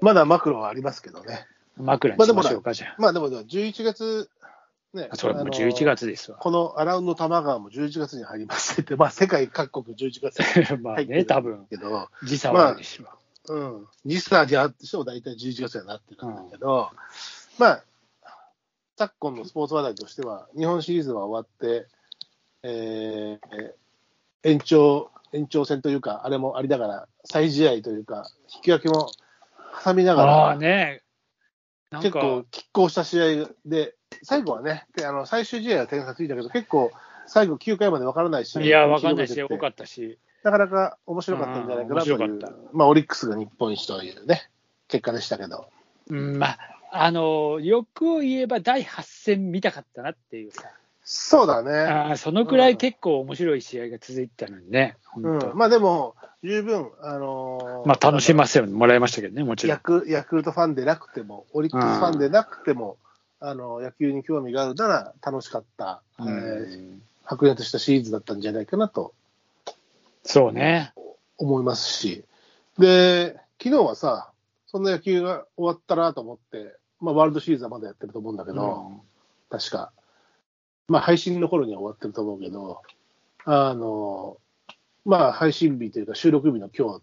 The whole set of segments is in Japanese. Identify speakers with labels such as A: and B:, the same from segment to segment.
A: まだマクロはありますけどね。
B: 枕にしましょうか、じゃ
A: まあでも、11月、ね
B: あ。、それはもう
A: あの
B: 11。月ですわ。
A: このアラウンド多摩川も11月に入りますって、まあ世界各国11月
B: まあ
A: 入ってる
B: ね、多分
A: けど、
B: 時差はあるでしょう。
A: うん、時差にあってしても大体11月にはなってるんだけど、まあ、昨今のスポーツ話題としては、日本シリーズは終わって、えー延長、延長戦というか、あれもありながら、再試合というか、引き分けも挟みなが
B: ああ
A: ら、
B: ね、なん
A: 結構
B: か、
A: 拮抗した試合で、最後はね、であの最終試合は点差ついたけど、結構、最後9回まで分からない試合
B: いや、わかんないし、
A: よ
B: 多かったし、
A: なかなか面白かったんじゃないかなという、
B: うん面白かっ
A: まあ、オリックスが日本一というね、結果でしたけど、
B: うん、まあ、あの、欲を言えば第8戦見たかったなっていうさ、
A: そうだね、
B: あーそのくらい結構面白い試合が続いてたのにね、
A: う
B: 本
A: ん、
B: 当。
A: まあでも、十分、あのー
B: まあ、楽しませてもらいましたけどね、もちろ
A: ヤ
B: ん。
A: クヤクルトファンでなくても、オリックスファンでなくても、あの野球に興味があるなら楽しかった、えー
B: うん
A: 白熱したシリーズだったんじゃないかなと
B: そうね。
A: 思いますし、で、昨日はさ、そんな野球が終わったなと思って、まあ、ワールドシリーズはまだやってると思うんだけど、
B: うん
A: 確か。まあ、配信の頃には終わってると思うけど、あの、まあ、配信日というか収録日の今日、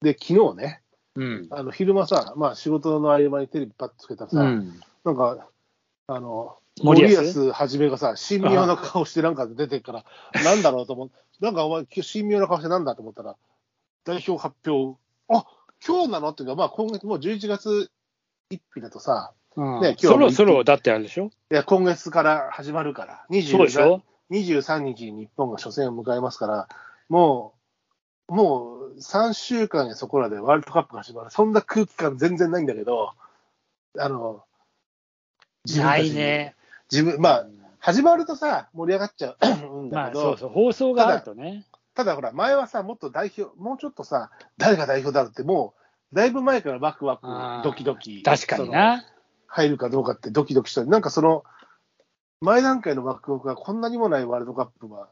A: で、昨日ね、
B: うん。
A: あの、昼間さ、まあ、仕事の合間にテレビパッとつけたらさ、
B: うん
A: なんか、あの、
B: 森
A: 森
B: 保
A: 保はじめがさ、神妙な顔してなんか出てる から、なんだろうと思う。なんかお前、今日神妙な顔してなんだと思ったら、代表発表、あ今日なのっていうか、まあ今月もう11月1日だとさ、
B: うん
A: ね今日
B: そろそろだってあるでしょ
A: いや今月から始まるから、
B: そうでしょ
A: 23日に日本が初戦を迎えますから、もう、もう3週間やそこらでワールドカップが始まる、そんな空気感全然ないんだけど、あの、
B: な
A: たち
B: い
A: に
B: ね。
A: 自分、まあ、始まるとさ、盛り上がっちゃう うんだ
B: まあ
A: けど、
B: そうそう、放送があるとね。
A: ただほら、前はさ、もっと代表、もうちょっとさ、誰が代表だろうって、もう、だいぶ前からワクワク
B: あー、
A: ドキドキ、
B: 確かにな。
A: 入るかどうかってドキドキしたり、なんかその、前段階のワクワクがこんなにもないワールドカップは、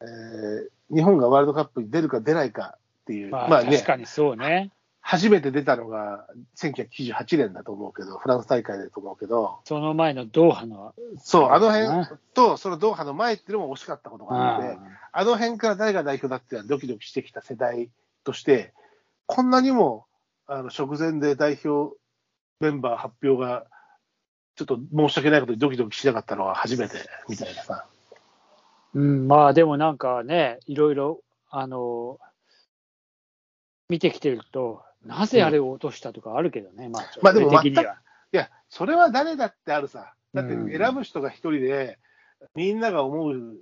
A: えー日本がワールドカップに出るか出ないかっていう、まあ、
B: まあ、
A: ね
B: 確、かにそうね。
A: 初めて出たのが1998年だと思うけど、フランス大会だと思うけど、
B: その前のドーハの。
A: そう、あの辺
B: あ
A: と、そのドーハの前っていうのも惜しかったことがあって、
B: あ
A: あの辺から誰が代表だっていうのはドキドキしてきた世代として、こんなにもあの直前で代表メンバー発表が、ちょっと申し訳ないことにドキドキしなかったのは初めてみたいなさ。
B: うん、まあでもなんかね、いろいろ、あの、見てきてると、なぜあれを落としたとかあるけどね、まあ、
A: まあでも
B: 俺的には。
A: いや、それは誰だってあるさ。だって
B: うん
A: 選ぶ人が一人で、みんなが思う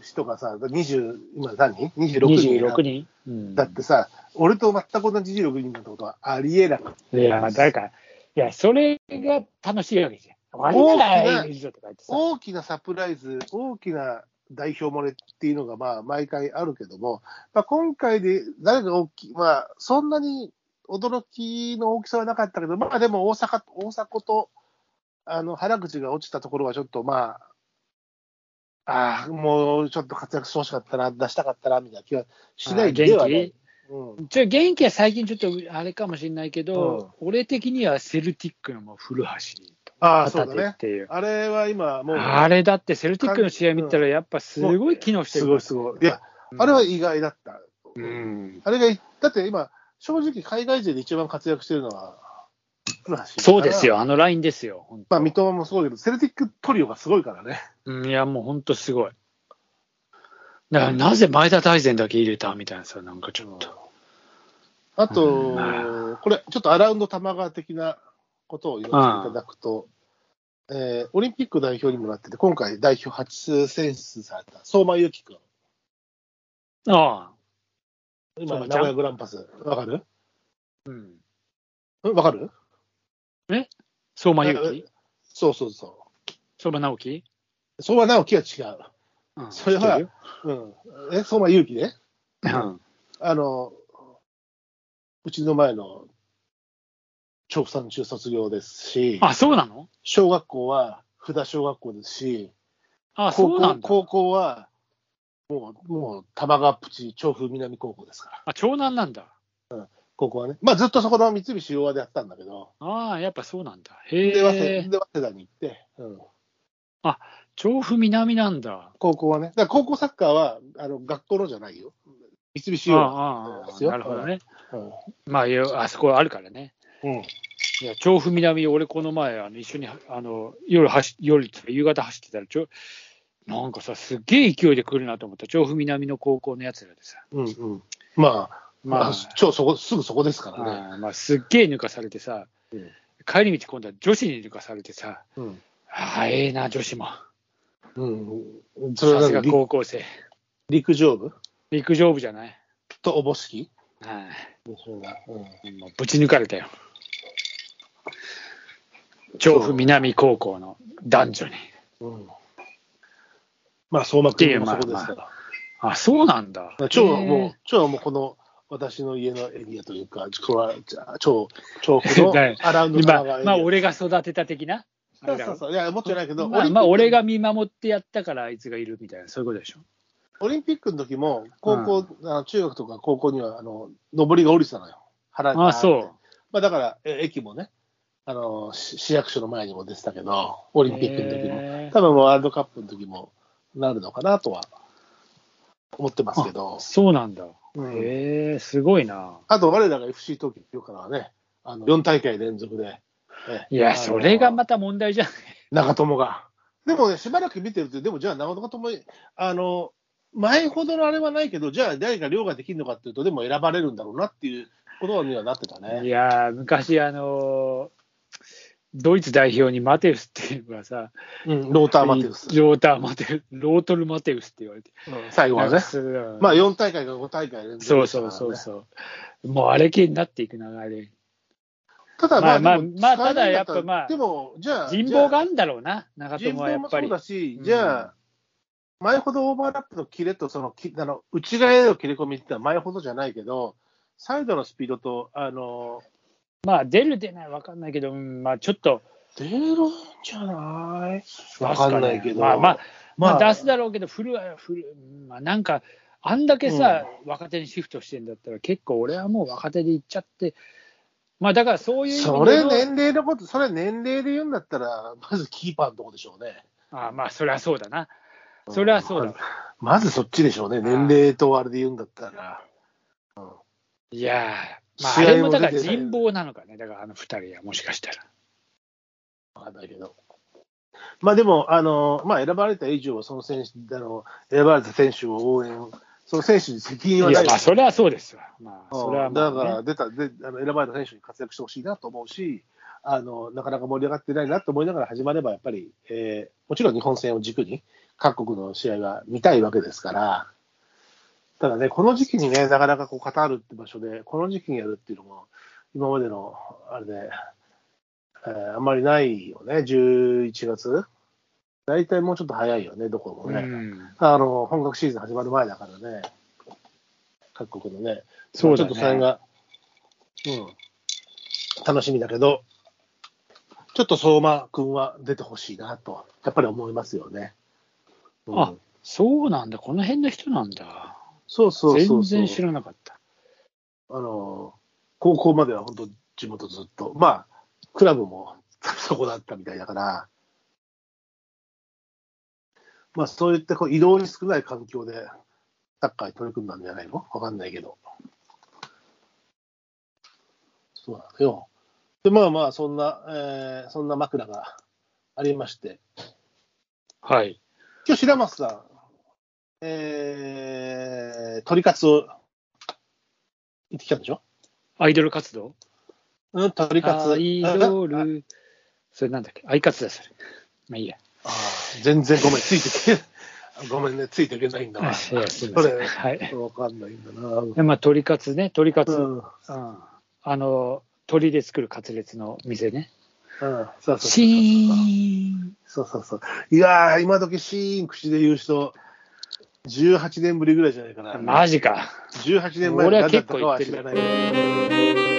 A: 人がさ、20、今何 ?26 人
B: 26人。うん
A: だってさ、俺と全く同じ26人だってことはありえなくて
B: いや、だから、いや、それが楽しいわけじゃん。割りたいとか言ってさ。
A: 大きなサプライズ、大きな代表漏れっていうのが、まあ、毎回あるけども、まあ、今回で誰が大きい、まあ、そんなに驚きの大きさはなかったけど、まあ、でも大阪、大阪と、あの、原口が落ちたところはちょっと、まあ、ああ、もうちょっと活躍してほしかったな、出したかったな、みたいな気はしないではない。うん
B: ちょ元気は最近ちょっとあれかもしれないけど、俺的にはセルティックのもう古橋
A: ああ、
B: 片
A: そう
B: 手
A: だ
B: っ
A: ね。
B: ていう。
A: あれは今、もう、
B: あれだってセルティックの試合見たらやっぱすごい機能して
A: す
B: る。
A: ごいすごい。いや、あれは意外だった。
B: うん、
A: あれが、だって今、正直、海外勢で一番活躍してるのは、古橋
B: そうです。よ、あのラインですよ。本当
A: まあ、三笘もすごいけど、セルティックトリオがすごいからね。
B: うんいや、もう本当すごい。だからなぜ前田大然だけ入れたみたいなさ、なんかちょっと。
A: あと、
B: う
A: これ、ちょっとアラウンド玉川的なことを言わせていただくと、えーオリンピック代表にもなってて、今回代表初選出された相馬勇紀君。
B: ああ、
A: 今、
B: 相馬ちゃん
A: 名古屋グランパス。わかる
B: うん。
A: んわかる
B: 相馬勇
A: え
B: 紀
A: そうそうそ
B: 相馬直樹、
A: う。相馬直樹は違う。
B: うん
A: それは
B: 知ってるよ
A: うん。え、相馬勇紀ね。
B: うん
A: あの、うちの前の調査中卒業ですし、
B: あ、そうなの
A: 小学校は普田小学校ですし、
B: あ、そ
A: 高
B: うな
A: 校
B: んだ。
A: 高校はもう、もう、玉川プチ調布南高校ですから。
B: あ、長男なんだ。
A: ここはね。まあ、ずっとそこの三菱洋和でやったんだけど、
B: ああ、やっぱそうなんだ。
A: で、早稲
B: へえ。
A: で早稲田に行って、うん、
B: 調布南なんだ。
A: 高校はね。だから高校サッカーは、あの、学校のじゃないよ。三菱
B: あ
A: 洋
B: あ
A: 和。
B: ああ
A: で
B: あ
A: す
B: あ、
A: よ
B: なるほどね。
A: うん。
B: まあ、よあそこあるからね。
A: うん
B: いや、調布南、俺この前、あの一緒に、あの、夜走、夜っていうか夕方走ってたら、ちょ、なんかさ、すっげえ勢いで来るなと思った。調布南の高校のやつらでさ。
A: うんうん。まあ、ま
B: ま
A: あ
B: あ、、
A: 超そこ、すぐそこですからね。
B: ああまあ、すっげえ抜かされてさ、
A: うん
B: 帰り道今度は女子に抜かされてさ、
A: うん。
B: ああ、ええな、女子も。
A: うん。それ
B: さ
A: は
B: す
A: 何
B: が
A: 陸
B: 高校生。
A: 陸上部
B: 陸上部じゃない。
A: とおぼしき
B: は
A: うん
B: い、もうぶち抜かれたよ。調布南高校の男女に。
A: うんまあ、相馬君もそこですから。
B: あ、そうなんだ。
A: 超
B: へえ
A: もう、超もうこの、私の家のエリアというか、これは、じゃあ超、超こ の
B: だい
A: アラウンド
B: ま
A: 川がエ
B: あ、
A: リア。
B: まあ、俺が育てた的な。
A: そうそうそう。いや、もっとじゃないけど、
B: ま
A: オ
B: あ、
A: リンピック
B: まあ俺が見守ってやったからあいつがいるみたいな、そういうことでしょ。
A: オリンピックの時も、高校、あの中学とか高校には、あの、上りが降りてたのよ。原
B: あそう。
A: まあ、だから、え駅もね、あの、し市役所の前にも出てたけど、オリンピックの時も。
B: へえ
A: 多分ワールドカップの時もなるのかなとは思ってますけど、
B: そうなんだ。
A: うん
B: へえ、すごいな。
A: あと我らが FC 東京からはね、あの4大会連続で、ね
B: いや、それが
A: あの
B: また問題じゃん。
A: 長友が。でもね、しばらく見てると、でもじゃあ長友、あの前ほどのあれはないけど、じゃあ誰が凌駕できるのかっていうと、でも選ばれるんだろうなっていうことにはなってた
B: い
A: ね。
B: やー、昔、あのードイツ代表にマテウスっていうのがさ、
A: うん、ローター・マテウス、
B: ローターマテウス、ロートルマテウスって言われて。
A: うん最後は
B: なん
A: ね
B: か。すごい
A: まあ4大会か5大会連続でしたから
B: そ
A: ね
B: うそうそうそう。もうあれ系になっていく流れ。
A: ただまあ、
B: まあ
A: でも
B: まあま
A: 使
B: あ
A: えないん
B: ただやっぱまあ
A: でも、じゃあ、
B: 人望があるんだろうな、長
A: 人
B: 友は
A: 望
B: やっ
A: も
B: ぱ
A: そう
B: り。
A: だし
B: う、ん
A: じゃあ、前ほどオーバーラップのキレとそのきあの内側への切れ込みってのは前ほどじゃないけど、サイドのスピードと、あの
B: まあ出る出ない分かんないけど、うんまあちょっと
A: 出るんじゃないわ
B: わ
A: かんないけど、
B: まあまあ、まあ、
A: まあ
B: 出すだろうけど、振るは振る、まあ、なんか、あんだけさ、若手にシフトしてんだったら、結構俺はもう若手で行っちゃって、まあだからそういう意味で
A: そ
B: の
A: れ年齢のこと、それ年齢で言うんだったら、まずキーパーのとこでしょうね。
B: あまあそれはそうだな、それはそうだ、
A: まずそっちでしょうね、年齢とあれで言うんだったら。
B: いやー、まあ、あ
A: 試合も
B: れもだから
A: 出てない
B: 人望なのかね、だからあの2人はもしかしたら。
A: わかんないけど。まあでも、あのまあ、選ばれた以上は、その選手あの、選ばれた選手を応援、その選手に責任はいな
B: や、
A: い
B: まあそれはそうですわ、まあそれは
A: うん
B: ま
A: だ
B: あね
A: から出たであの選ばれた選手に活躍してほしいなと思うしあの、なかなか盛り上がってないなと思いながら始まれば、やっぱり、えーもちろん日本戦を軸に各国の試合が見たいわけですから、ただね、この時期にね、なかなかこうカタールって場所で、この時期にやるっていうのも、今までのあれで、えーあんまりないよね、11月。大体もうちょっと早いよね、どこもね。
B: うん
A: あの本格シーズン始まる前だからね、各国のね、
B: そうだ
A: ちょ
B: ね
A: っとそれが、うん、楽しみだけど、ちょっと相馬君は出てほしいなと、やっぱり思いますよね。うん
B: あそうなんだ、この辺の人なんだ。
A: そうそうそうそう。
B: 全然知らなかった。
A: あの高校までは本当、地元ずっと、まあ、クラブもそこだったみたいだから、まあ、そういったこう移動に少ない環境で、サッカーに取り組んだんじゃないのわかんないけど。そうなのよ。で、まあまあ、そんな、えーそんな枕がありまして、
B: はい。
A: 今日、白松さん、えー、鳥カツを行ってきたんでしょ
B: アイドル活動
A: うん、鳥カツ。
B: アイドル。それなんだっけアイカツだ、それ。まあいいや。
A: ああ全然ごめん、ついてけ。 ごめんね、ついていけないんだわ。
B: いやすいま
A: こ
B: せん
A: れ
B: はい。
A: わかんないんだな。
B: でまあ、鳥カツね、鳥カツ。
A: う
B: うん
A: ん。うん。
B: あの、鳥で作るカツレツの店ね。
A: そうそう
B: シ
A: そう。
B: ーン。
A: そうそうそう。いやー、今時シーン口で言う人、18年ぶりぐらいじゃないかな。
B: マジか。
A: 18年前
B: 俺は
A: 誰だ
B: 結
A: ったか
B: 構言っ
A: は
B: て
A: 知
B: る
A: らないけど。